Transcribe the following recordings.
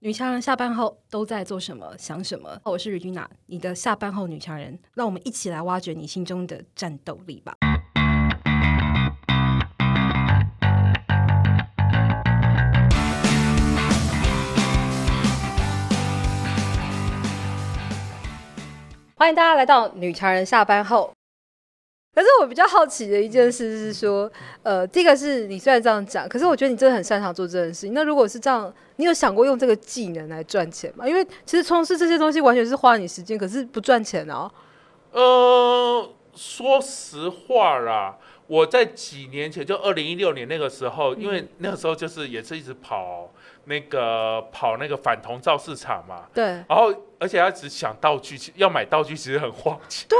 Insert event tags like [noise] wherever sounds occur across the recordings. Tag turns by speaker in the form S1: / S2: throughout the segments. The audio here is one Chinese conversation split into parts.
S1: 女强人下班后都在做什么、想什么？哦我是 Regina，你的下班后女强人，让我们一起来挖掘你心中的战斗力吧。欢迎大家来到女强人下班后。可是我比较好奇的一件事是说，呃，第一个是你虽然这样讲，可是我觉得你真的很擅长做这件事情。那如果是这样，你有想过用这个技能来赚钱吗？因为其实从事这些东西完全是花你时间，可是不赚钱啊。
S2: 呃，说实话啦，我在几年前，就二零一六年那个时
S1: 嗯
S2: 候，因为那个时候就是也是一直跑那个跑那个反同造市场嘛，
S1: 对，
S2: 然后而且要只想道具，其要买道具其实很花钱。对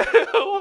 S2: 啊， [laughs] 对，我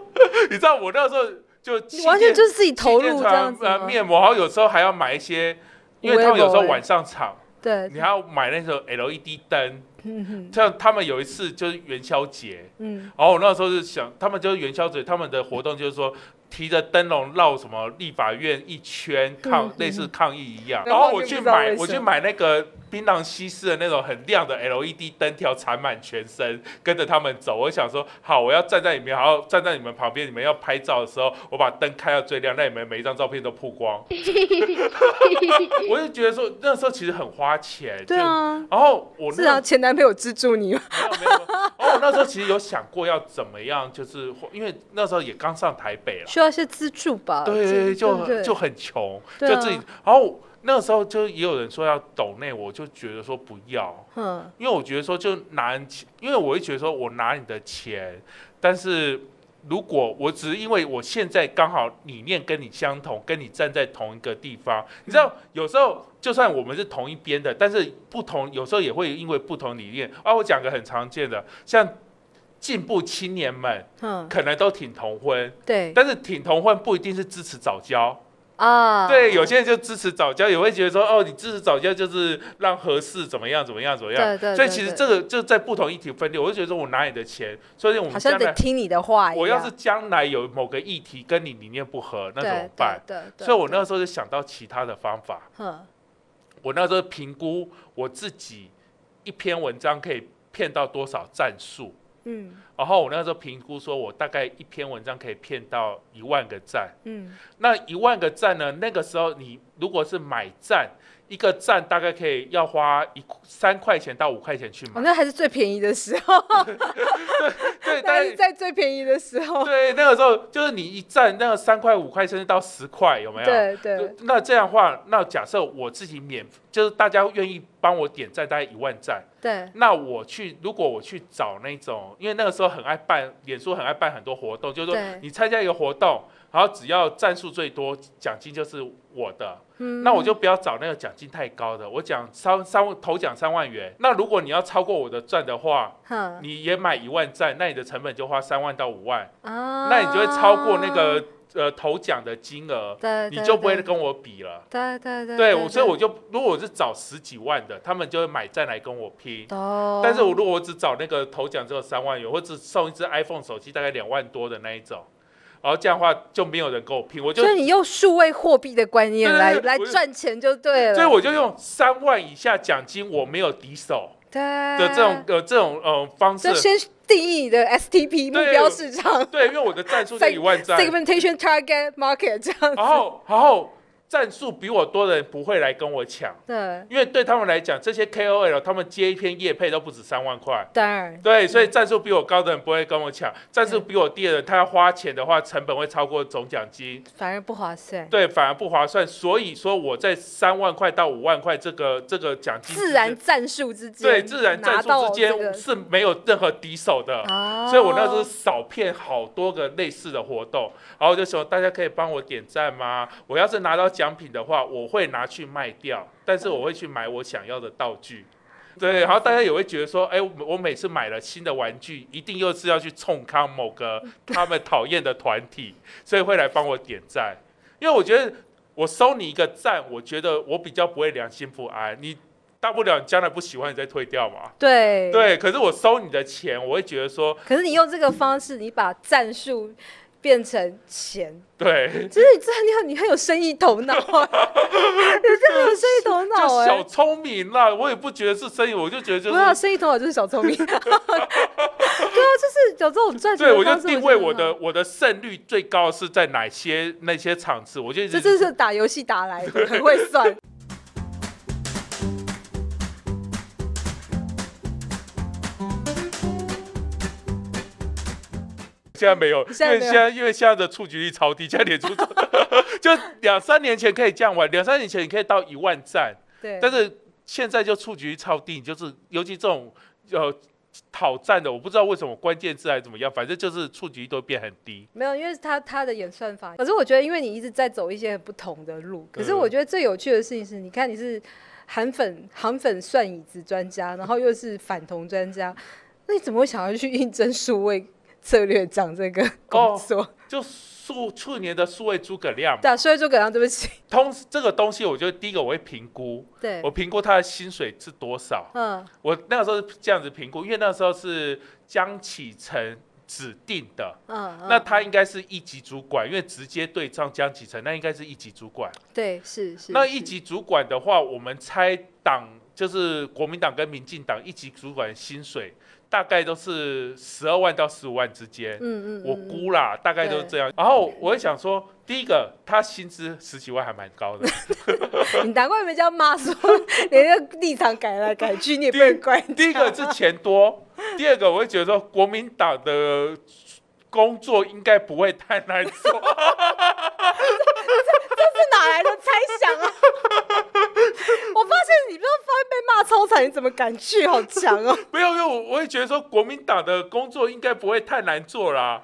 S2: 你知道我那时候就
S1: 你完全就是自己
S2: 气
S1: 投
S2: 垫
S1: 入这
S2: 床
S1: 样子
S2: 呃
S1: 吗。
S2: 面膜，然后有时候还要买一些，因为他们有时候晚上场，
S1: 对，
S2: 你还要买那种 LED 灯，
S1: 嗯哼
S2: 像他们有一次就是元宵节。
S1: 嗯，
S2: 然后哦我那时候是想，他们就是元宵节，他们的活动就是说提着灯笼绕什么立法院一圈抗，
S1: 嗯
S2: 类似抗议一样。
S3: 然
S2: 然
S3: 后
S2: 后
S3: 就
S2: 我
S3: 不知
S2: 去
S3: 道为
S2: 买，
S3: 什么
S2: 我去买那个槟榔西施的那种很亮的 LED 灯条，缠满全身，跟着他们走。我想说，好，我要站在里面，然后站在你们旁边，你们要拍照的时候，我把灯开到最亮，让你们每一张照片都曝光。 [laughs] 我就觉得说，那时候其实很花钱。
S1: 对
S2: 就。
S1: 啊，
S2: 然后我那
S3: 是啊，前男朋友资助你吗？
S2: 没有没有。哦，我那时候其实有想过要怎么样，就是因为那时候也刚上台北了，
S1: 需要一些资助吧。
S2: 对，
S1: 这
S2: 就
S1: 对不对
S2: 就很穷，
S1: 对啊
S2: 就自己。然后那时候就也有人说要抖内，我就觉得说不要，
S1: 嗯，
S2: 因为我觉得说就拿人钱，因为我会觉得说我拿你的钱，但是。如果我只是因为我现在刚好理念跟你相同，跟你站在同一个地方，你知道，有时候就算我们是同一边的，但是不同，有时候也会因为不同理念。啊，我讲个很常见的，像进步青年们
S1: 嗯，
S2: 可能都挺同婚，
S1: 对
S2: 但是挺同婚不一定是支持早教。
S1: 啊，
S2: 对，有些人就支持早教，也会觉得说，哦，你支持早教就是让合适怎么样怎么样怎么
S1: 对
S2: 样。
S1: 对
S2: 所以
S1: 对
S2: 其实
S1: 对
S2: 这个就在不同议题分裂，我就觉得说我拿你的钱，所以我
S1: 好
S2: 们
S1: 像
S2: 将
S1: 得
S2: 来
S1: 听你的话一样。
S2: 我要是将来有某个议题跟你理念不合，那
S1: 对
S2: 怎么办？？
S1: 对对对，
S2: 所以我那
S1: 对
S2: 时候就想到其他的方法。
S1: 嗯
S2: 我那时候评估我自己一篇文章可以骗到多少赞数，
S1: 嗯
S2: 然后我那时候评估说我大概一篇文章可以骗到一万个赞。
S1: 嗯
S2: 那一万个赞呢？那个时候你如果是买赞，一个赞大概可以要花一三块钱到五块钱去
S1: 哦，
S2: 买。
S1: 那还是最便宜的时候，
S2: 对，
S1: 那还
S2: 但
S1: 是
S2: 是
S1: 在最便宜的时候。
S2: 对那个时候就是你一赞那个三块五块甚至到十块，有没有？
S1: 对对
S2: 就那这样的话，那假设我自己免，就是大家愿意帮我点赞，大概一万赞。
S1: 对，
S2: 那我去，如果我去找那种，因为那个时候很爱办，脸书很爱办很多活动，就是说
S1: 对
S2: 你参加一个活动，然后只要赞数最多，奖金就是我的。
S1: 嗯
S2: 那我就不要找那个奖金太高的，我讲三三头奖三万元。那如果你要超过我的赚的话，
S1: 哼
S2: 你也买一万赞，那你的成本就花三万到五万，
S1: 啊，
S2: 那你就会超过那个呃头奖的金额，
S1: 对，对，
S2: 你就不会
S1: 对
S2: 跟我比了。
S1: 对对对
S2: 对，我所以我就如果我是找十几万的，他们就会买赞来跟我拼。
S1: 懂，
S2: 但是我如果我只找那个头奖只有三万元，或只送一只 iPhone 手机大概两万多的那一种，然后这样的话就没有人跟我拼，我就
S1: 所以你用数位货币的观念
S2: 对对
S1: 来
S2: 对
S1: 来
S2: 我就
S1: 赚钱就对了，
S2: 所以我就用三万以下奖金我没有敌手
S1: 对
S2: 的这
S1: 嗯
S2: 种呃这种呃方式
S1: 就，先定义你的 STP 目
S2: 对
S1: 标市场
S2: 对，因为我的战术就
S1: Seg-
S2: 一万赞，
S1: segmentation target market 这样
S2: 然
S1: 子，
S2: 后然后战术比我多的人不会来跟我抢，
S1: 对，
S2: 因为对他们来讲，这些 KOL 他们接一篇业配都不止三万块。
S1: 当然
S2: 对，所以战术比我高的人不会跟我抢，战术比我低的人，他要花钱的话，成本会超过总奖金，
S1: 反而不划算，
S2: 对，反而不划算。所以说我在三万块到五万块这个这个奖金之
S1: 自
S2: 间
S1: 然战术之间
S2: 对自然战
S1: 拿
S2: 术
S1: 到
S2: 之
S1: 这个
S2: 间是没有任何敌手的。
S1: 哦
S2: 所以我那时候少骗好多个类似的活动，然后我就说大家可以帮我点赞吗？我要是拿到奖品的话，我会拿去卖掉，但是我会去买我想要的道具。
S1: 嗯
S2: 对，然后大家也会觉得说，哎，我我每次买了新的玩具，一定又是要去冲康某个
S1: 嗯
S2: 他们讨厌的团体，所以会来帮我点赞。因为我觉得我收你一个赞，我觉得我比较不会良心不安。你大不了你将来不喜欢你再退掉嘛。
S1: 对。
S2: 对，可是我收你的钱，我会觉得说，
S1: 可是你用这个方式，你把战术变成钱，
S2: [laughs] 对，
S1: 其实你这你很你很有生意头脑
S2: [laughs]
S1: 啊，你真的有生意头脑
S2: 就
S1: 哎、
S2: 小聪明啦。我也不觉得是生意，我就觉得就
S1: 不要
S2: 是。
S1: 生意头脑就是小聪
S2: [laughs]
S1: 明，对啊，就是有这种赚钱
S2: 对，
S1: 的
S2: 我就
S1: 方式
S2: 定位
S1: 觉得
S2: 我
S1: 很好
S2: 的我的胜率最高是在哪些那些场次，我就一直
S1: 这真是打游戏打来的，很会
S2: [laughs]
S1: 算。
S2: 现在没有，
S1: [laughs] 现在
S2: 因为
S1: 没有
S2: 现在因为现在的触及率超低，现
S1: [laughs]
S2: 在脸书就两三年前可以这样玩，两三年前你可以到一万赞，
S1: 对，
S2: 但是现在就触及率超低，就是尤其这种呃讨赞的，我不知道为什么关键字还是怎么样，反正就是触及率都变很低。
S1: 没有，因为他他的演算法。可是我觉得，因为你一直在走一些很不同的路，可是我觉得最有趣的事情是，你看你是韩粉韩粉算椅子专家，然后又是反同专家，那你怎么会想要去应征数位策略长这个工作？
S2: 就数去年的数位诸葛亮嘛，
S1: 对啊，所以就葛亮，对不起，
S2: 通这个东西，我觉得第一个我会评估，
S1: 对
S2: 我，评估他的薪水是多少。
S1: 嗯，
S2: 我那个时候是这样子评估，因为那时候是江启臣指定的，
S1: 嗯嗯，
S2: 那他应该是一级主管，因为直接对上江启臣，那应该是一级主管。
S1: 对是是，
S2: 那
S1: 是
S2: 一级主管的话，我们猜党就是国民党跟民进党一级主管的薪水大概都是十二万到十五万之间，
S1: 嗯嗯，
S2: 我
S1: 嗯
S2: 估啦，大概都是这样。然后我会想说，第一个他薪资十几万还蛮高的，
S1: 嗯你难怪人家骂说， [laughs] 连那个立场改来改去，你也不能怪 [laughs] 人家
S2: 第一个是钱
S1: [laughs]
S2: 多，第二个我会觉得说国民党的。工作应该不会太难做， [laughs]
S1: 是哪来的猜想啊？ [laughs] 我发现你不知道发现被骂超惨，你怎么敢去？好强
S2: [laughs]
S1: 哦！
S2: 没有，因为我我会觉得说国民党的工作应该不会太难做啦。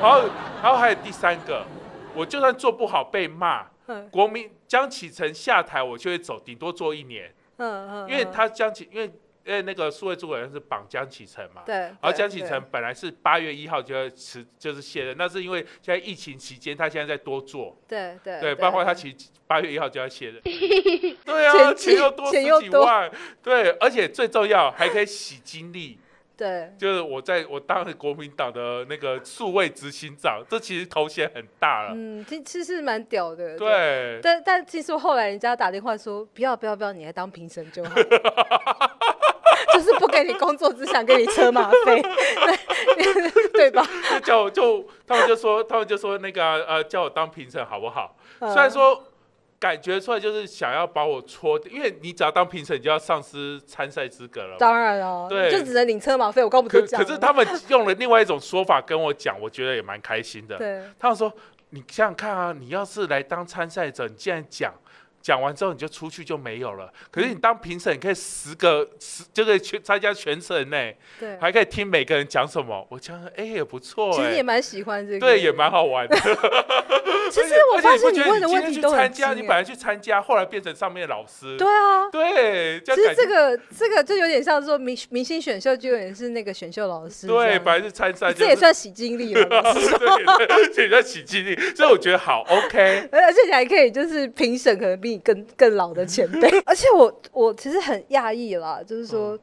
S2: 然后，然后还有第三个，我就算做不好被骂，
S1: 嗯
S2: 国民江启臣下台，我就会走，顶多做一年，
S1: 嗯嗯，
S2: 因为他江启，因为因为那个数位主管是绑江启臣嘛。
S1: 对，
S2: 然后江启臣本来是八月一号就要辞，就是卸任，那是因为现在疫情期间，他现在在多做，
S1: 对呃对
S2: 对，包括他其实八月一号就
S1: [laughs]
S2: 要卸任，对
S1: 前
S2: 啊，
S1: 期
S2: 钱又多
S1: 钱
S2: 十
S1: 又
S2: 几
S1: 多
S2: 万，对，而且最重要还可以洗精力，
S1: 对
S2: 就是我在我当了国民党的那个数位执行长，这其实头衔很大了。
S1: 嗯，其其实蛮屌的。。
S2: 对，
S1: 但但其实后来人家打电话说不要不要不要，你来当评审就好，
S2: [laughs]
S1: [laughs] 就是不给你工作，只想给你车马费， [laughs] 对对吧？
S2: 就叫我就他们就说他们就说那个啊呃叫我当评审好不好？
S1: 嗯
S2: 虽然说感觉出来就是想要把我戳，因为你只要当评审你就要丧失参赛资格了嘛。
S1: 当然哦，
S2: 对
S1: 就只能领车马费。我刚不
S2: 可
S1: 就讲
S2: 可是
S1: 了
S2: 他们用了另外一种说法跟我讲，我觉得也蛮开心的。
S1: 对
S2: 他们说：“你想想看啊，你要是来当参赛者，你既然讲讲完之后你就出去就没有了。可是你当评审，你可以十个十就可以去参加全程呢，
S1: 对，
S2: 还可以听每个人讲什么。我想想，哎、也不错
S1: 其
S2: 哎、
S1: 实也蛮喜欢这个，
S2: 对，也蛮好玩的。
S1: 其
S2: 而
S1: 实
S2: 且
S1: 我
S2: 而且
S1: 发
S2: 你不
S1: 现
S2: 觉
S1: 问的
S2: 得你今
S1: 问
S2: 天
S1: 题
S2: 去
S1: 都
S2: 参
S1: 很
S2: 加，
S1: 精
S2: 你
S1: 耶
S2: 本来去参加，后来变成上面的老师。
S1: 对啊。
S2: 对，这
S1: 其
S2: 样
S1: 实这
S2: 感觉
S1: 个这个就有点像说明明星选秀，就有点是那个选秀老师这
S2: 对，
S1: 样
S2: 本来是参赛，
S1: 这也算洗精力了。老实说
S2: 对，对这也算起激励，所以我觉得好 OK。
S1: 而且你还可以就是评审可能比你更更老的前辈， [laughs] 而且我我其实很讶异啦，就是
S2: 嗯
S1: 说，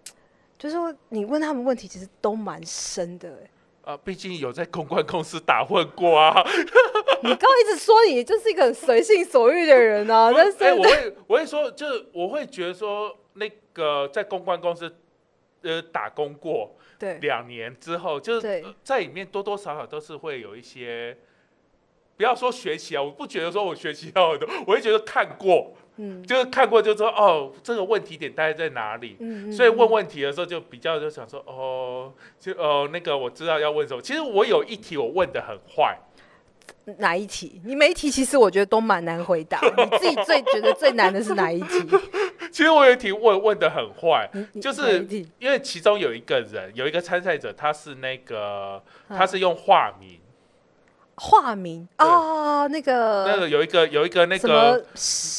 S1: 就是说你问他们问题其实都蛮深的、欸。
S2: 啊，毕竟有在公关公司打混过啊，
S1: 你刚刚一直说你就是一个很随性所欲的人啊，但
S2: 哎、我
S1: 是
S2: 会我会说，就是我会觉得说，那个在公关公司呃打工过
S1: 对
S2: 两年之后，就是
S1: 对
S2: 呃在里面多多少少都是会有一些，不要说学习啊，我不觉得说我学习到很多，我会觉得看过，
S1: 嗯
S2: 就是看过就说哦，这个问题点大概在哪里。
S1: 嗯，嗯
S2: 所以问问题的时候就比较就想说哦，就哦那个我知道要问什么。其实我有一题我问的很坏，
S1: 哪一题？你每一题其实我觉得都蛮难回答，你自己最觉得最难的是哪一题？
S2: 其实我有一题问问的很坏
S1: 你你，
S2: 就
S1: 哪一
S2: 是
S1: 题
S2: 因为其中有一个人，有一个参赛者，他是那个
S1: 嗯
S2: 他是用化名，
S1: 化名
S2: 对
S1: 啊，那个
S2: 那个有一个有一个那
S1: 什么
S2: 个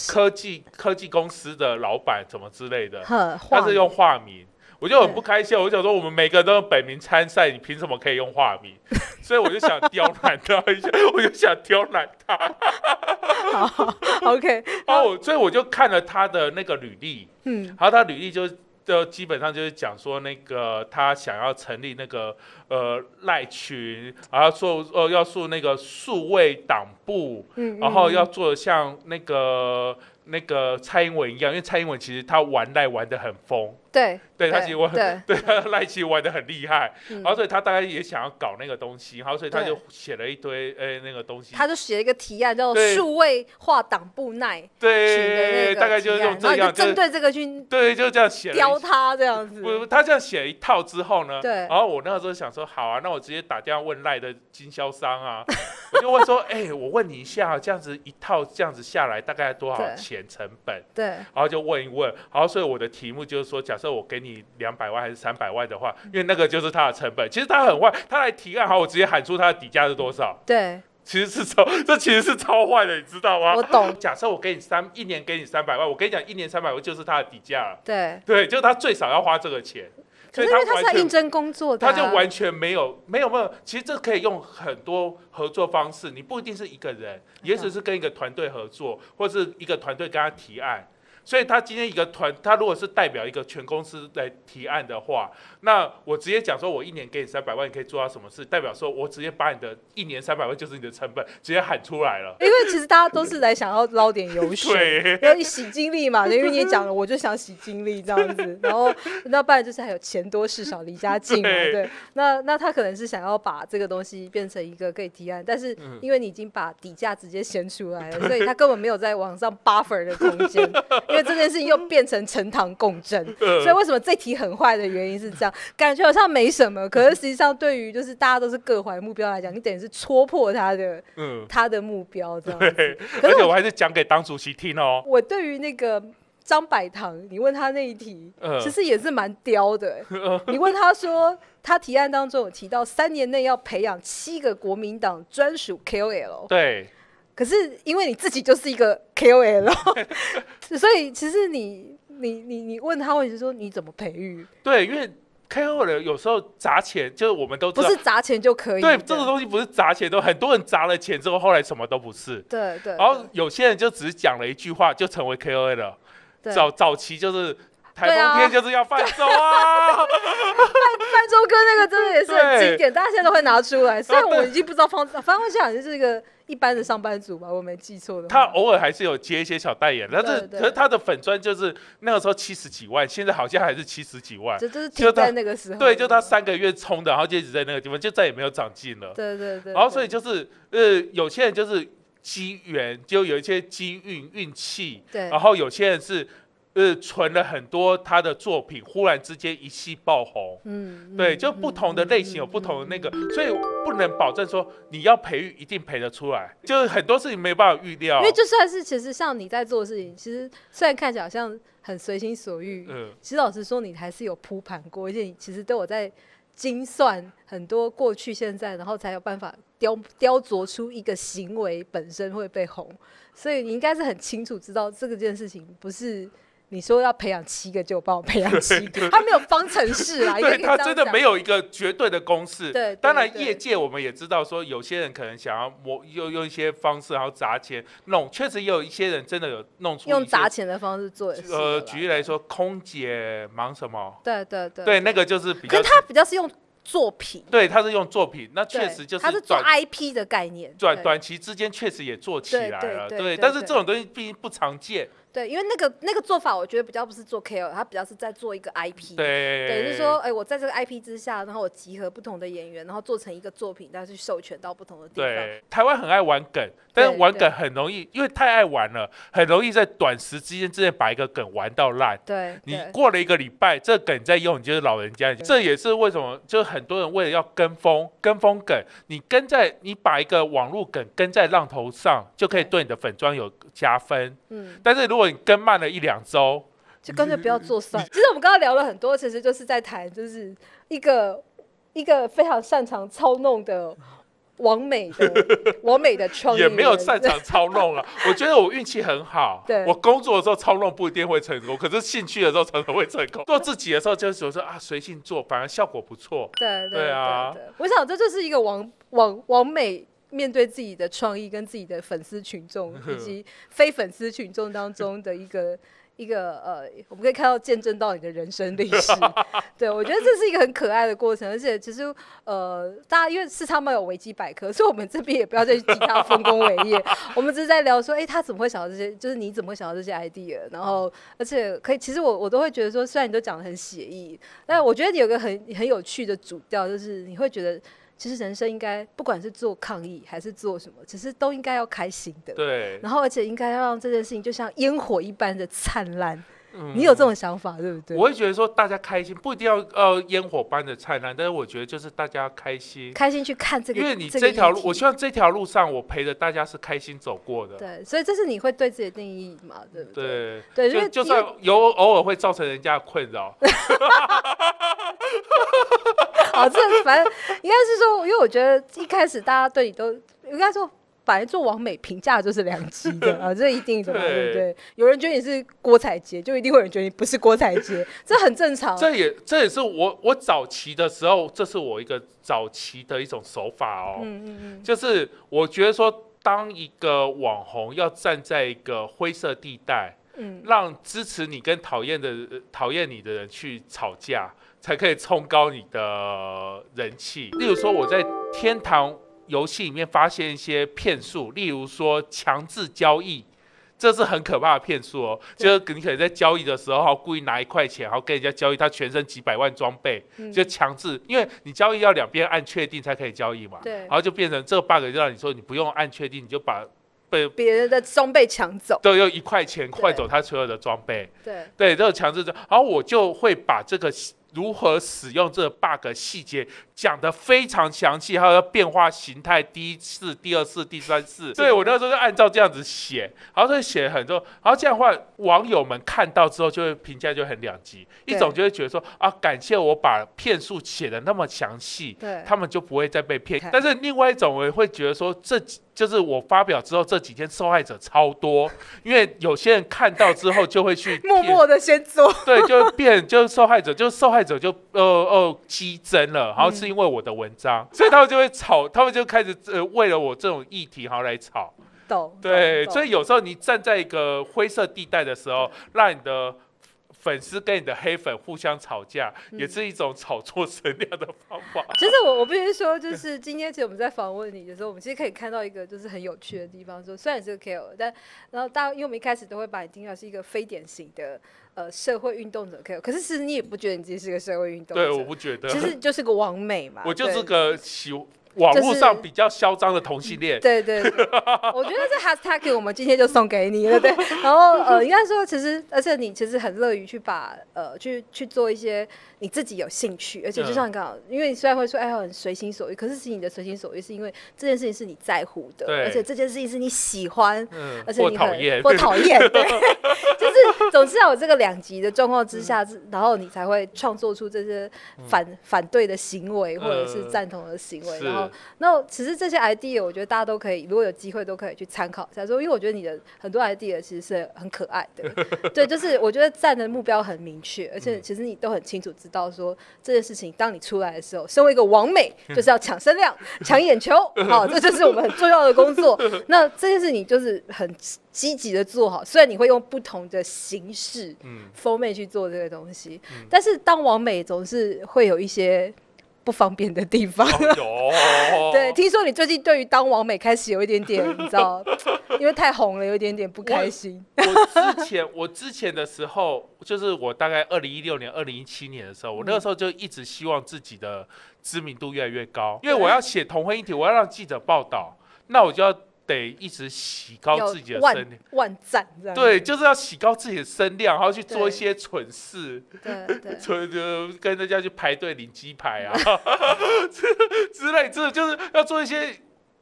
S2: 科技科技公司的老板什么之类的，
S1: 呵，化
S2: 他是用化名。我就很
S1: 对
S2: 不开心，我就想说我们每个人都用本名参赛，你凭什么可以用化名？所以我就想刁难他一下， [laughs] 我就想刁难他。
S1: 名好 OK，
S2: 然后我所以我就看了他的那个履历，
S1: 嗯
S2: 然后他履历就就基本上就是讲说那个他想要成立那个呃赖群，然后做呃要做那个数位党部，
S1: 嗯，
S2: 然后
S1: 嗯
S2: 要做得像那个那个蔡英文一样，因为蔡英文其实他玩赖玩得很疯，
S1: 对，
S2: 对他其实玩
S1: 对，
S2: [laughs] 对他赖其实玩得很厉害，
S1: 嗯
S2: 然后所以他大概也想要搞那个东西，然后所以他
S1: 对
S2: 就写了一堆呃那个东西，
S1: 他就写了一个提案叫做
S2: 对
S1: 数位化党部奈群的那
S2: 对，
S1: 个
S2: 大概就是
S1: 提案
S2: 用这
S1: 然后
S2: 样，
S1: 你就针
S2: 是
S1: 对这个去
S2: 对，就这样写了一
S1: 雕他这样子，
S2: 不不，他这样写一套之后呢，
S1: 对
S2: 然后我那个时候想说，好啊，那我直接打电话问赖的经销商啊，我就
S1: [laughs]
S2: 问说，哎、我问你一下，这样子一套这样子下来大概多少
S1: 对
S2: 钱成本？
S1: 对
S2: 然后就问一问，然后所以我的题目就是说，假设我给你两百万还是三百万的话，因为那个就是他的成本。其实他很坏，他来提案，好，我直接喊出他的底价是多少，
S1: 对，
S2: 其实是超，这其实是超坏的，你知道吗
S1: 我？懂，
S2: 假设我给你三一年给你三百万，我跟你讲，一年三百万就是他的底价了。
S1: 对。
S2: 对，就是他最少要花这个钱，
S1: 可
S2: [laughs] 所
S1: 是
S2: 以
S1: 因为他
S2: 完
S1: 是在
S2: 全
S1: 应征工作的
S2: 他
S1: 啊，
S2: 就完全没有没有没有，其实这可以用很多合作方式，你不一定是一个人，也
S1: 嗯
S2: 只是跟一个团队合作，或是一个团队跟他提案。所以他今天一个团，他如果是代表一个全公司来提案的话，那我直接讲说，我一年给你三百万，你可以做到什么事？代表说我直接把你的一年三百万就是你的成本，直接喊出来了。
S1: 因为其实大家都是来想要捞点油水，
S2: 对，
S1: 然后你洗精力嘛，因为你也讲了，我就想洗精力这样子，然后那不然就是还有钱多事少离家近嘛，
S2: 对
S1: 对，那那他可能是想要把这个东西变成一个可以提案，但是
S2: 嗯
S1: 因为你已经把底价直接掀出来了，所以他根本没有在往上 buffer 的空间，因为这件事情又变成呈堂共振，
S2: 呃
S1: [laughs] 所以为什么这题很坏的原因是这样，感觉好像没什么，可是实际上对于就是大家都是各怀目标来讲，你等于是戳破他的
S2: 嗯，
S1: 他的目标这样子。
S2: 对，
S1: 可
S2: 而
S1: 是
S2: 且
S1: 我
S2: 我还是讲给党主席听哦。
S1: 我对于那个张百堂，你问他那一题，
S2: 嗯
S1: 其实也是蛮刁的
S2: [laughs]
S1: 欸、你问他说，他提案当中有提到三年内要培养七个国民党专属 KOL，
S2: 对，
S1: 可是因为你自己就是一个
S2: [laughs]
S1: KOL，所以其实你你你你问他问题说你怎么培育，
S2: 对，因为 KOL 有时候砸钱，就是我们都知
S1: 不
S2: 道
S1: 是，砸钱就可以的，
S2: 对这个东西不是砸钱，都很多人砸了钱之后，后来什么都不是。
S1: 对对，
S2: 然后有些人就只是讲了一句话就成为 KOL 了。
S1: 对
S2: 早早期就是台
S1: 对啊
S2: 风天就是要泛舟啊，
S1: 泛舟哥那个真的也是很
S2: 对
S1: 经典，大家现在都会拿出来。虽然
S2: 啊对
S1: 我已经不知道方方向好像是一个一般的上班族吧，我没记错的
S2: [laughs] 他
S1: 话。
S2: 偶尔还是有接一些小代言，但是
S1: 对对
S2: 可是他的粉砖就是那个时候七十几万，现在好像还是七十几万。
S1: 这就是
S2: 就
S1: 停在
S2: 他
S1: 那个时候。
S2: 对，就他。三个月冲的，然后就一直在那个地方，就再也没有长进了。
S1: 对对对。
S2: 然后哦所以
S1: 对
S2: 就是呃，有些人就是机缘，就有一些机运运气，
S1: 对
S2: 然后有些人是呃存了很多他的作品，忽然之间一夕爆红。
S1: 嗯，
S2: 对，
S1: 嗯
S2: 就不同的类型有不同的那个，所以不能保证说你要培育一定培得出来，就是很多事情没办法预料
S1: 因。为就算是其实像你在做的事情，其实虽然看起来好像很随心所欲，
S2: 嗯，
S1: 其实老实说你还是有铺盘过，而且你其实都有在精算很多过去、现在，然后才有办法雕雕琢出一个行为本身会被红。所以你应该是很清楚知道这个件事情不是。你说要培养七个就帮我培养七个，他没有方程式啊，
S2: 对他真的没
S1: 有。
S2: 有一个绝对的公式。
S1: 对对
S2: 当然
S1: 对
S2: 业界我们也知道说，有些人可能想要模用用一些方式，然后砸钱弄，确实也有一些人真的有弄出
S1: 用
S2: 一些
S1: 砸钱的方式做也是
S2: 呃，
S1: 的啦
S2: 举例来说，空姐忙什么？
S1: 对对对，
S2: 对，那个就是比
S1: 可
S2: 较
S1: 是，他比较是用作品，
S2: 对，他是用作品，那确
S1: 对
S2: 实就是
S1: 他是做
S2: 短
S1: IP 的概念，
S2: 短
S1: 对
S2: 短期之间确实也做起
S1: 对
S2: 来
S1: 对
S2: 了，
S1: 对对
S2: 但是
S1: 对
S2: 这种东西毕竟不常见，
S1: 对，因为那个那个做法，我觉得比较不是做 KOL，他比较是在做一个 IP，
S2: 对，
S1: 等于是说，哎、我在这个 IP 之下，然后我集合不同的演员，然后做成一个作品，但是授权到不同的地方。
S2: 对，台湾很爱玩梗，但
S1: 对
S2: 是玩
S1: 对
S2: 梗很容易，因为太爱玩了，很容易在短时间之内把一个梗玩到烂。
S1: 对
S2: 你
S1: 对
S2: 过了一个礼拜，这梗再用，你就是老人家。这也是为什么，就是很多人为了要跟风，跟风梗，你跟在你把一个网络梗跟在浪头上，就可以对你的粉妆有加分。
S1: 嗯，
S2: 但是如果你跟慢了一两周，
S1: 就干脆不要做算了。其实我们刚刚聊了很多，其实就是在谈，就是一个一个非常擅长操弄的完美
S2: [laughs]
S1: 的完美的创意
S2: 也
S1: 人，
S2: 没有擅长操
S1: [laughs]
S2: 弄了。我觉得我运气很好
S1: 对，
S2: 我工作的时候操弄不一定会成功，可是兴趣的时候常常会成功。做自己的时候就是说啊，随性做，反而效果不错。
S1: 对
S2: 对啊
S1: 对对我想这就是一个王王王美面对自己的
S2: 嗯
S1: 创意跟自己的粉丝群众以及非粉丝群众当中的一个。一个呃，我们可以看到见证到你的人生历
S2: [laughs]
S1: 史。对，我觉得这是一个很可爱的过程，而且其实呃，大家因为市场没有维基百科，所以我们这边也不要再去提他丰功伟业，我们只是在聊说，哎、他怎么会想到这些？就是你怎么会想到这些 idea？然后，而且可以，其实我我都会觉得说，虽然你都讲的很写意，但我觉得你有个很很有趣的主调，就是你会觉得。其实人生应该，不管是做抗议还是做什么，其实都应该要开心的。
S2: 对，
S1: 然后而且应该要让这件事情就像烟火一般的灿烂。
S2: 嗯
S1: 你有这种想法，对不对？
S2: 我会觉得说大家开心，不一定要呃烟火般的灿烂，但是我觉得就是大家开心，
S1: 开心去看这个，
S2: 因为你
S1: 这
S2: 这条路，
S1: 个
S2: 我
S1: 议题
S2: 希望这条路上我陪着大家是开心走过的。
S1: 对，所以这是你会对自己的定义嘛，对不？
S2: 对
S1: 对因为
S2: 就
S1: 因
S2: 就
S1: 为
S2: 算有偶尔会造成人家的困扰，
S1: [laughs] 好，哦这反正应该是说，因为我觉得一开始大家对你都应该说。本来做完美评价就是两极
S2: [laughs]
S1: 的啊，这一定的嘛，对不
S2: 对
S1: 对？有人觉得你是郭采洁，就一定会有人觉得你不是郭采洁，这很正常。
S2: 这也这也是我我早期的时候，这是我一个早期的一种手法哦，
S1: 嗯嗯嗯，
S2: 就是我觉得说，当一个网红要站在一个灰色地带，
S1: 嗯，
S2: 让支持你跟讨厌的呃讨厌你的人去吵架，才可以冲高你的人气。例如说，我在天堂游戏里面发现一些骗术，例如说强制交易。这是很可怕的骗术哦，就是你可能在交易的时候，然后故意拿一块钱，然后跟人家交易，他全身几百万装备，
S1: 嗯
S2: 就强制，因为你交易要两边按确定才可以交易嘛，
S1: 对
S2: 然后就变成这个 bug 就让你说你不用按确定，你就把被
S1: 别人的装备抢走，
S2: 都用一块钱换走他所有的装备，
S1: 对，
S2: 对，这个强制的，然后我就会把这个细如何使用这个 bug 细节讲得非常详细，还有变化形态，第一次、第二次、第三次，对我那时候就按照这样子写，然后就写很多，然后这样的话，网友们看到之后就会评价就很两极，一
S1: 对
S2: 种就会觉得说啊，感谢我把骗术写得那么详细，
S1: 对
S2: 他们就不会再被骗
S1: 看。
S2: 但是另外一种，我也会觉得说，这几就是我发表之后这几天受害者超多，因为有些人看到之后就会去
S1: [laughs] 默默的先做，
S2: [laughs] 对，就变就是受害者，就是受害者就呃呃激增了，然后是因为我的文章，所以他们就会吵，他们就开始呃为了我这种议题然后来吵。
S1: 懂？
S2: 对，
S1: 懂
S2: 所以有时候你站在一个灰色地带的时候，让你的。粉丝跟你的黑粉互相吵架，
S1: 嗯
S2: 也是一种炒作声量的方法。
S1: 其实我我必须说，就是今天其实我们在访问你的时候，我们其实可以看到一个就是很有趣的地方，说虽然你是个 KOL，但然后大家因为我们一开始都会把你定调是一个非典型的呃社会运动者 KOL，可是其实你也不觉得你自己是个社会运动
S2: 对，我
S1: 者，
S2: 不觉得，
S1: 其实你就是个完美嘛，
S2: 我就
S1: 对
S2: 是个喜网络
S1: 就
S2: 上
S1: 是嗯
S2: 比较嚣张的同性恋。
S1: 对对，
S2: [laughs]
S1: 对我觉得这 hashtag 我们今天就送给你了，
S2: [laughs]
S1: 对。然后呃，应该说其实，而且你其实很乐于去把呃去去做一些你自己有兴趣，而
S2: 嗯
S1: 且就像你刚好，因为你虽然会说哎呀很随心所欲，可是其实你的随心所欲是因为这件事情是你在乎的，
S2: 对
S1: 而且这件事情是你喜欢。
S2: 嗯
S1: 而且
S2: 或
S1: 你
S2: 讨
S1: 很
S2: 厌，
S1: 或讨厌，
S2: [laughs]
S1: 对，就是总之要有这个两极的状况之下，
S2: 嗯
S1: 然后你才会创作出这些反、反对的行为，或者是
S2: 呃
S1: 赞同的行为，
S2: 是
S1: 然后那其实这些 idea，我觉得大家都可以，如果有机会都可以去参考一下。说，因为我觉得你的很多 idea 其实是很可爱的，对，就是我觉得站的目标很明确，而且其实你都很清楚知道说这件事情，当你出来的时候，身为一个王美，就是要抢声量、抢眼球，好，这就是我们很重要的工作。那这件事你就是很积极的做好，虽然你会用不同的形式、
S2: 嗯，
S1: 封面去做这个东西，但是当王美总是会有一些不方便的地方。
S2: 哦
S1: [laughs]
S2: 有，
S1: 对，听说你最近对于当王美开始有一点点，你知
S2: [laughs]
S1: 道，因为太红了，有一点点不开心。
S2: 我之前我之前的时候，就是我大概二零一六年、二零一七年的时候，我那个
S1: 嗯
S2: 时候就一直希望自己的知名度越来越高，因为我要写同婚议题，我要让记者报道，那我就要得一直洗高
S1: 有
S2: 自己的声
S1: 万
S2: 量。
S1: 万
S2: [laughs]
S1: 赞这样。
S2: 对，就是要洗高自己的声量，然后去
S1: 对
S2: 做一些蠢事，
S1: 对 [laughs] 对
S2: 蠢就跟人家去排队领鸡排啊 [laughs] 之之类，这就是要做一些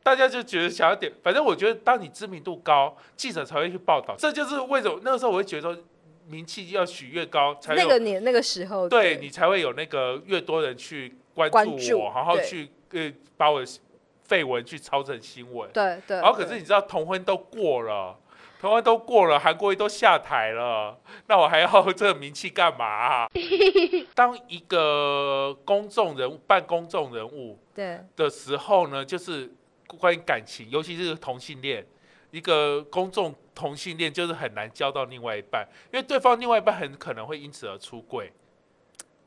S2: 大家就觉得想要点。反正我觉得，当你知名度高，记者才会去报道。这就是为什么那个时候我会觉得说，名气要许越高，才有
S1: 那个年那个时候，
S2: 对你才会有那个越多人去关
S1: 关
S2: 注我，
S1: 注
S2: 然后
S1: 对
S2: 去呃把我的绯闻去抄成新闻。
S1: 对对。
S2: 然哦后可是
S1: 呃对
S2: 你知道同婚都过了，同婚都过了，韩国瑜都下台了，那我还要这个名气干嘛啊、
S1: [laughs]
S2: 当一个公众人物、半公众人物
S1: 对
S2: 的时候呢，就是关于感情，尤其是同性恋，一个公众同性恋就是很难交到另外一半，因为对方另外一半很可能会因此而出轨，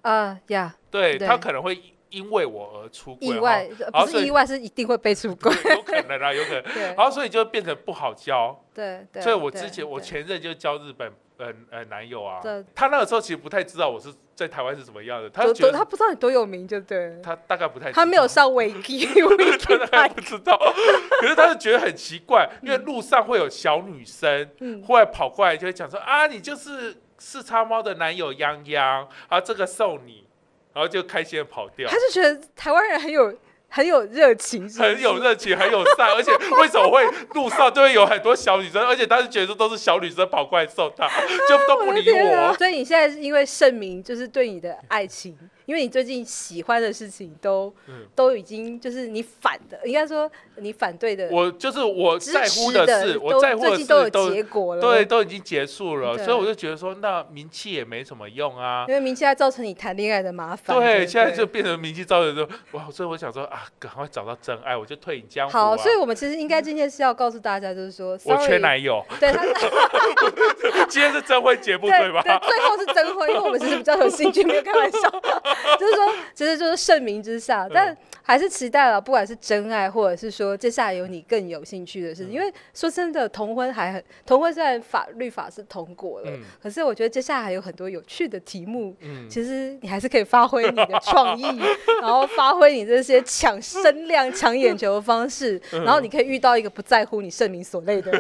S1: 啊呀，
S2: 对
S1: 对
S2: 他可能会因为我而出轨，
S1: 意外呃
S2: 好
S1: 不
S2: 所
S1: 是
S2: 以
S1: 意外，是一定会被出轨。
S2: [laughs] 哈有可能啊，有
S1: [laughs]
S2: 可能。
S1: 对
S2: 然后所以就变成不好交，
S1: 对对，
S2: 所以我之
S1: 对
S2: 前我
S1: 对
S2: 前任就交日本呃呃男友啊
S1: 对，
S2: 他那个时候其实不太知道我是在台湾是怎么样的，他就
S1: 多
S2: 觉
S1: 多
S2: 得
S1: 他不知道你多有名，就对了。
S2: 他大概不太知
S1: 他没有
S2: 道 [laughs]
S1: 上 Wiki，
S2: 他大概不知道， [laughs] 可是他就觉得很奇怪，因为路上会有小女生
S1: 嗯，
S2: 忽然跑过来就会讲说啊，你就是四叉猫的男友泱泱，啊这个送你，然后就开心的跑掉
S1: 他。就觉得台湾人很有很有热情，是不
S2: 很有
S1: 是
S2: 热情，很有善，而且为什么会路上就会有很多小女生，而且他就觉得都是小女生跑过来送他，就都不
S1: 我的
S2: 理
S1: 天啊
S2: 我。
S1: 所以你现在是因为盛名，就是对你的爱情，因为你最近喜欢的事情都、
S2: 嗯
S1: 都已经就是你反的，应该说你反对的，
S2: 我就是我
S1: 支
S2: 在乎
S1: 持
S2: 的
S1: 的
S2: 事，我在乎的
S1: 最
S2: 事
S1: 近都有
S2: 都
S1: 结果了，
S2: 对，都已经结束了，
S1: 对
S2: 所以我就觉得说，那名气也没什么用啊。
S1: 因为明现在造成你谈恋爱的麻烦，
S2: 对，
S1: 不
S2: 现在就变成名气造成说，哇！所以我想说啊，赶快找到真爱，我就退隐江湖、啊。
S1: 好，所以我们其实应该今天是要告诉大家，就是说
S2: 我
S1: ，sorry，
S2: 缺男友，
S1: 对他是
S2: [laughs] 今天是征婚节目
S1: 对
S2: 吧？
S1: 最后是征婚，因为我们只是比较有兴趣，没有开玩笑， [laughs] 就是说，其实就是盛名之
S2: 嗯
S1: 下，但还是期待了，不管是真爱，或者是说接下来有你更有兴趣的事
S2: 嗯
S1: 情，因为说真的，同婚还很同婚，虽然法律法是通过了，
S2: 嗯
S1: 可是我觉得接下来还有很多有趣的题目。
S2: 嗯，
S1: 其实你还是可以发挥你的创
S2: [laughs]
S1: 意，然后发挥你这些抢声量、抢眼球的方式，
S2: 嗯
S1: 然后你可以遇到一个不在乎你盛名所
S2: [laughs]
S1: 累的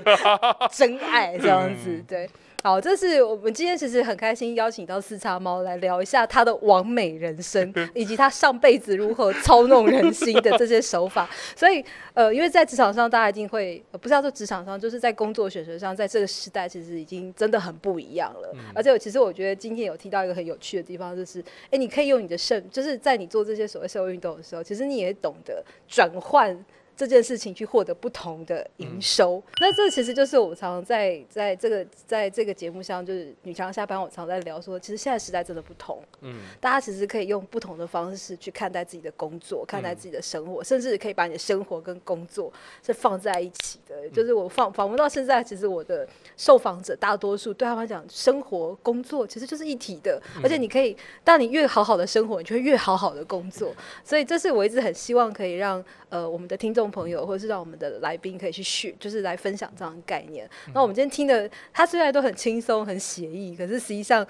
S1: 真爱，这样子
S2: 嗯。
S1: 对，好，这是我们今天其实很开心邀请到四叉猫来聊一下他的完美人生，以及他上辈子如何操弄人心的这些手法。所以，呃，因为在职场上，大家一定会、呃不是要说职场上，就是在工作选择上，在这个时代，其实已经真的很不一样了。而且，其实我觉得今天有提到一个很有趣的地方，就是，哎、你可以用你的肾，就是在你做这些所谓社会运动的时候，其实你也懂得转换。这件事情去获得不同的营收，那这其实就是我们常常在在这个在这个节目上，就是女强下班，我常在聊说，其实现在时代真的不同，
S2: 嗯
S1: 大家其实可以用不同的方式去看待自己的工作，看待自己的生活，甚至可以把你的生活跟工作是放在一起的。就是我访访问到现在，其实我的受访者大多数对他们来讲，生活工作其实就是一体的，而且你可以，当你越好好的生活，你就会越好好的工作。所以这是我一直很希望可以让呃我们的听众朋友，或者是让我们的来宾可以去续，就是来分享这样的概念。
S2: 嗯
S1: 那我们今天听的，他虽然都很轻松、很写意，可是实际上。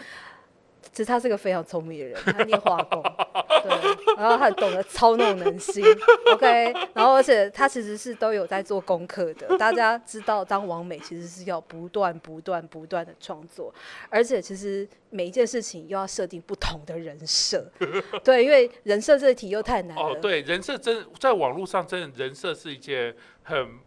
S1: 其实他是个非常聪明的人，他念化工，对，然后他很懂得操弄人心，OK，然后而且他其实是都有在做功课的。大家知道，当王美其实是要不断、不断、不断的创作，而且其实每一件事情又要设定不同的人
S2: [laughs]
S1: 设，对，因为人设这一题又太难了。
S2: 哦，对，人设真在网络上真的人设是一件很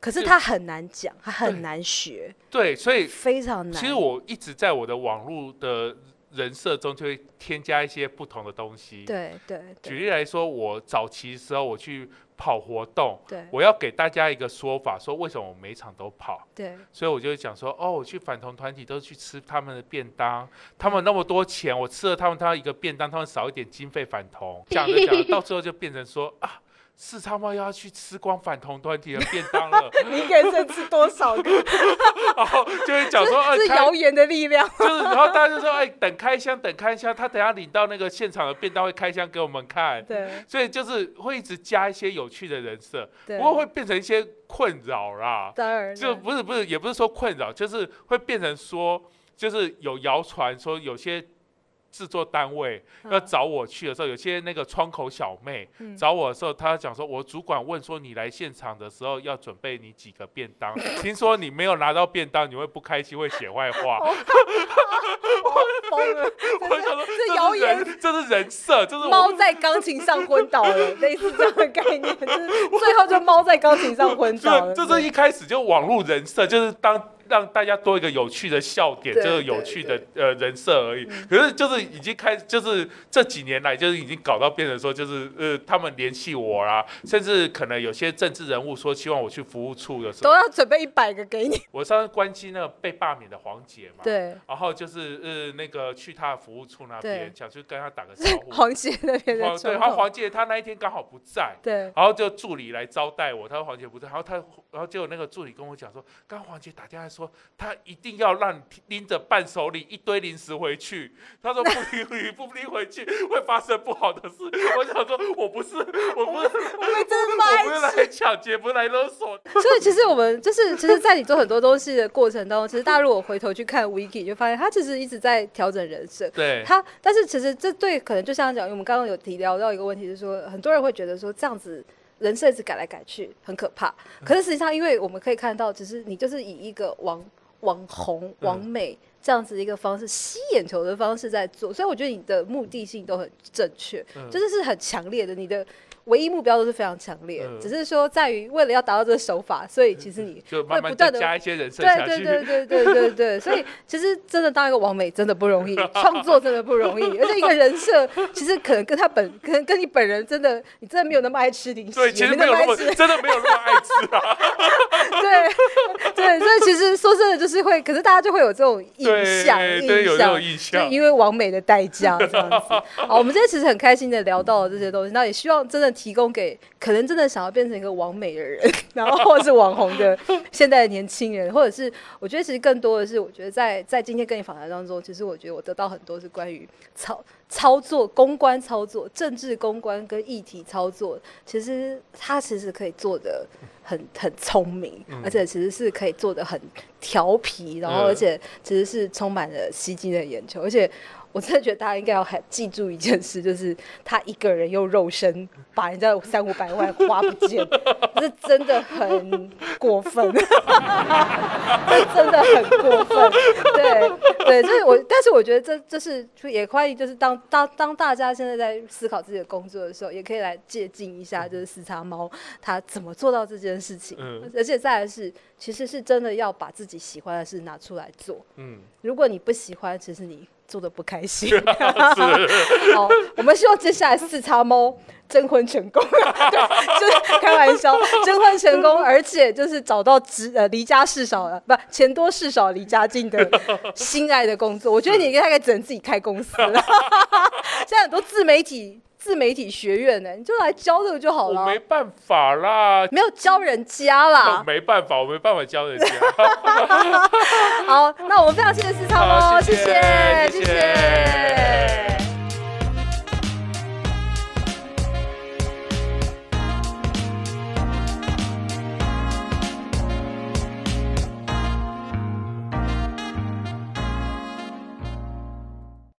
S1: 可是
S2: 就
S1: 他很难讲，他
S2: 对
S1: 很难学，
S2: 对，所以
S1: 非常难。
S2: 其实我一直在我的网络的人设中就会添加一些不同的东西。
S1: 对对
S2: 举
S1: 对
S2: 例来说，我早期时候我去跑活动，
S1: 对
S2: 我要给大家一个说法，说为什么我每场都跑。
S1: 对
S2: 所以我就会讲说，哦，我去反同团体都去吃他们的便当，他们那么多钱，我吃了他们他一个便当，他们少一点经费反同，讲着
S1: [laughs]
S2: 讲着，到最后就变成说啊，是他们要去吃光反同团体的便当了，
S1: [laughs] 你一个人甚至多少个？
S2: [laughs] 然后就会讲说，啊，
S1: 是
S2: 开
S1: 谣言的力量。
S2: 就是，然后大家就说：“哎，等开箱，等开箱，他等下领到那个现场的便当会开箱给我们看。”
S1: 对
S2: 所以就是会一直加一些有趣的人设，
S1: 对，
S2: 不过会变成一些困扰啦。
S1: 当然
S2: 就
S1: 了
S2: 不是不是，也不是说困扰，就是会变成说，就是有谣传说有些制作单位要
S1: 嗯
S2: 找我去的时候，有些那个窗口小妹
S1: 嗯
S2: 找我的时候，她讲说，我主管问说你来现场的时候要准备你几个便当，
S1: [laughs]
S2: 听说你没有拿到便当，你会不开心，会写坏话。
S1: 哦 [laughs] 疯了，
S2: [laughs] 我想说，
S1: 这
S2: 是
S1: 谣言
S2: 人，这是人设，这是我
S1: 猫在钢琴上昏倒了，类似这样的概念，就是最后就猫在钢琴上 [laughs] 昏倒
S2: 这 [laughs]
S1: 了。
S2: 这
S1: 对
S2: 是一开始就网络人设，就是当让大家多一个有趣的笑点，就
S1: 对嗯
S2: 是有趣的呃人设而已。可是就是已经开，就是这几年来，就是已经搞到变成说，就是呃，他们联系我啦，甚至可能有些政治人物说希望我去服务处的时
S1: 都
S2: 候，
S1: 要准备一百个给你。
S2: 我上次关心那个被罢免的黄杰嘛，
S1: 对
S2: 然后就是呃那个去他的服务处那边
S1: 对
S2: 想去就跟他打个招呼。
S1: 黄杰那边的
S2: 黄对，
S1: 窗
S2: 然后
S1: 口，
S2: 黄姐她那一天刚好不在，
S1: 对，
S2: 然后就助理来招待我，他说黄姐不在，然后他，然后结果那个助理跟我讲说，刚刚黄姐打电话说，她一定要让你拎着伴手礼一堆零食回去， [laughs] 他说不拎不拎回去会发生不好的事。我想说，我不是，我不是，
S1: 我们真的
S2: 我不
S1: 蛮
S2: 是来抢劫，不是来勒索的。
S1: 所以其实我们
S2: [laughs]
S1: 就是，其实，在你做很多东西的过程当中，其实大家如果回头去看 Wiki，就发现他其实一直在调整人生。
S2: 对，
S1: 他，但是其实这对可能就像讲，我们刚刚有提聊到一个问题，是说很多人会觉得说这样子人设一直改来改去很可怕。
S2: 嗯
S1: 可是实际上，因为我们可以看到，只是你就是以一个网网红、网美这样子的一个方式吸眼球的方式在做，所以我觉得你的目的性都很正确，
S2: 嗯
S1: 就是是很强烈的，你的唯一目标都是非常强烈，
S2: 嗯
S1: 只是说在于为了要达到这个手法，所以其实你
S2: 就
S1: 会
S2: 慢
S1: 不
S2: 慢
S1: 断
S2: 再
S1: 的
S2: 加一些人设下
S1: 对
S2: 去。
S1: 对对对对对对，所以其实真的当一个王美真的不容
S2: [laughs]
S1: 易，创作真的不容易，而且一个人设其实可能跟他本跟跟你本人真的，你真的没有那么爱吃零食，
S2: 对，其实
S1: 也
S2: 没有
S1: 那么
S2: 那么
S1: 爱吃，
S2: 真的没有那么爱吃啊。
S1: 对对，所以其实说真的就是会，可是大家就会有这种印
S2: 对
S1: 象，
S2: 对，有
S1: 印
S2: 这种
S1: 象。
S2: 印
S1: 就
S2: 象。
S1: 因为完美的代价这样
S2: [laughs]
S1: 子。好，我们今天其实很开心的聊到了这些东西，那也希望真的提供给可能真的想要变成一个完美的人，然后或者是网红的现在的年轻人，或者是我觉得其实更多的是，我觉得在在今天跟你访谈当中，其实我觉得我得到很多是关于操操作、公关操作、政治公关跟议题操作，其实他其实可以做的很很聪明，而且其实是可以做的很调皮，然后
S2: 嗯
S1: 而且其实是充满了吸睛的眼球，而且我真的觉得大家应该要还记住一件事，就是他一个人用肉身把人家三五百万花不见，这真的很过分， [laughs] 这真的很过分。对对，所以我但是我觉得这这是就也欢迎，就是当当当大家现在在思考自己的工作的时候，也可以来借鉴一下，就是四叉猫他怎么做到这件事情。
S2: 嗯
S1: 而且再来是，其实是真的要把自己喜欢的事拿出来做。
S2: 嗯，
S1: 如果你不喜欢，其实你做的不开心。
S2: 啊
S1: [laughs] 好，我们希望接下来四叉猫 [laughs] 征婚成功， [laughs] 对，就是开玩
S2: [laughs]
S1: 笑，征婚成功，而且就是找到职呃离家事少了，不钱多事少离家近的心爱的工作。我觉得你大概只能自己开公司了。 [laughs] 现在很多自媒体自媒体学院呢、你就来教这个就好
S2: 我
S1: 了，
S2: 没办法啦，
S1: 没有教人家啦
S2: [laughs] 我。没办法，我没办法教人家。
S1: 好，那我们非常谢谢四叉猫，
S2: 好，
S1: 谢
S2: 谢
S1: 谢，
S2: 谢谢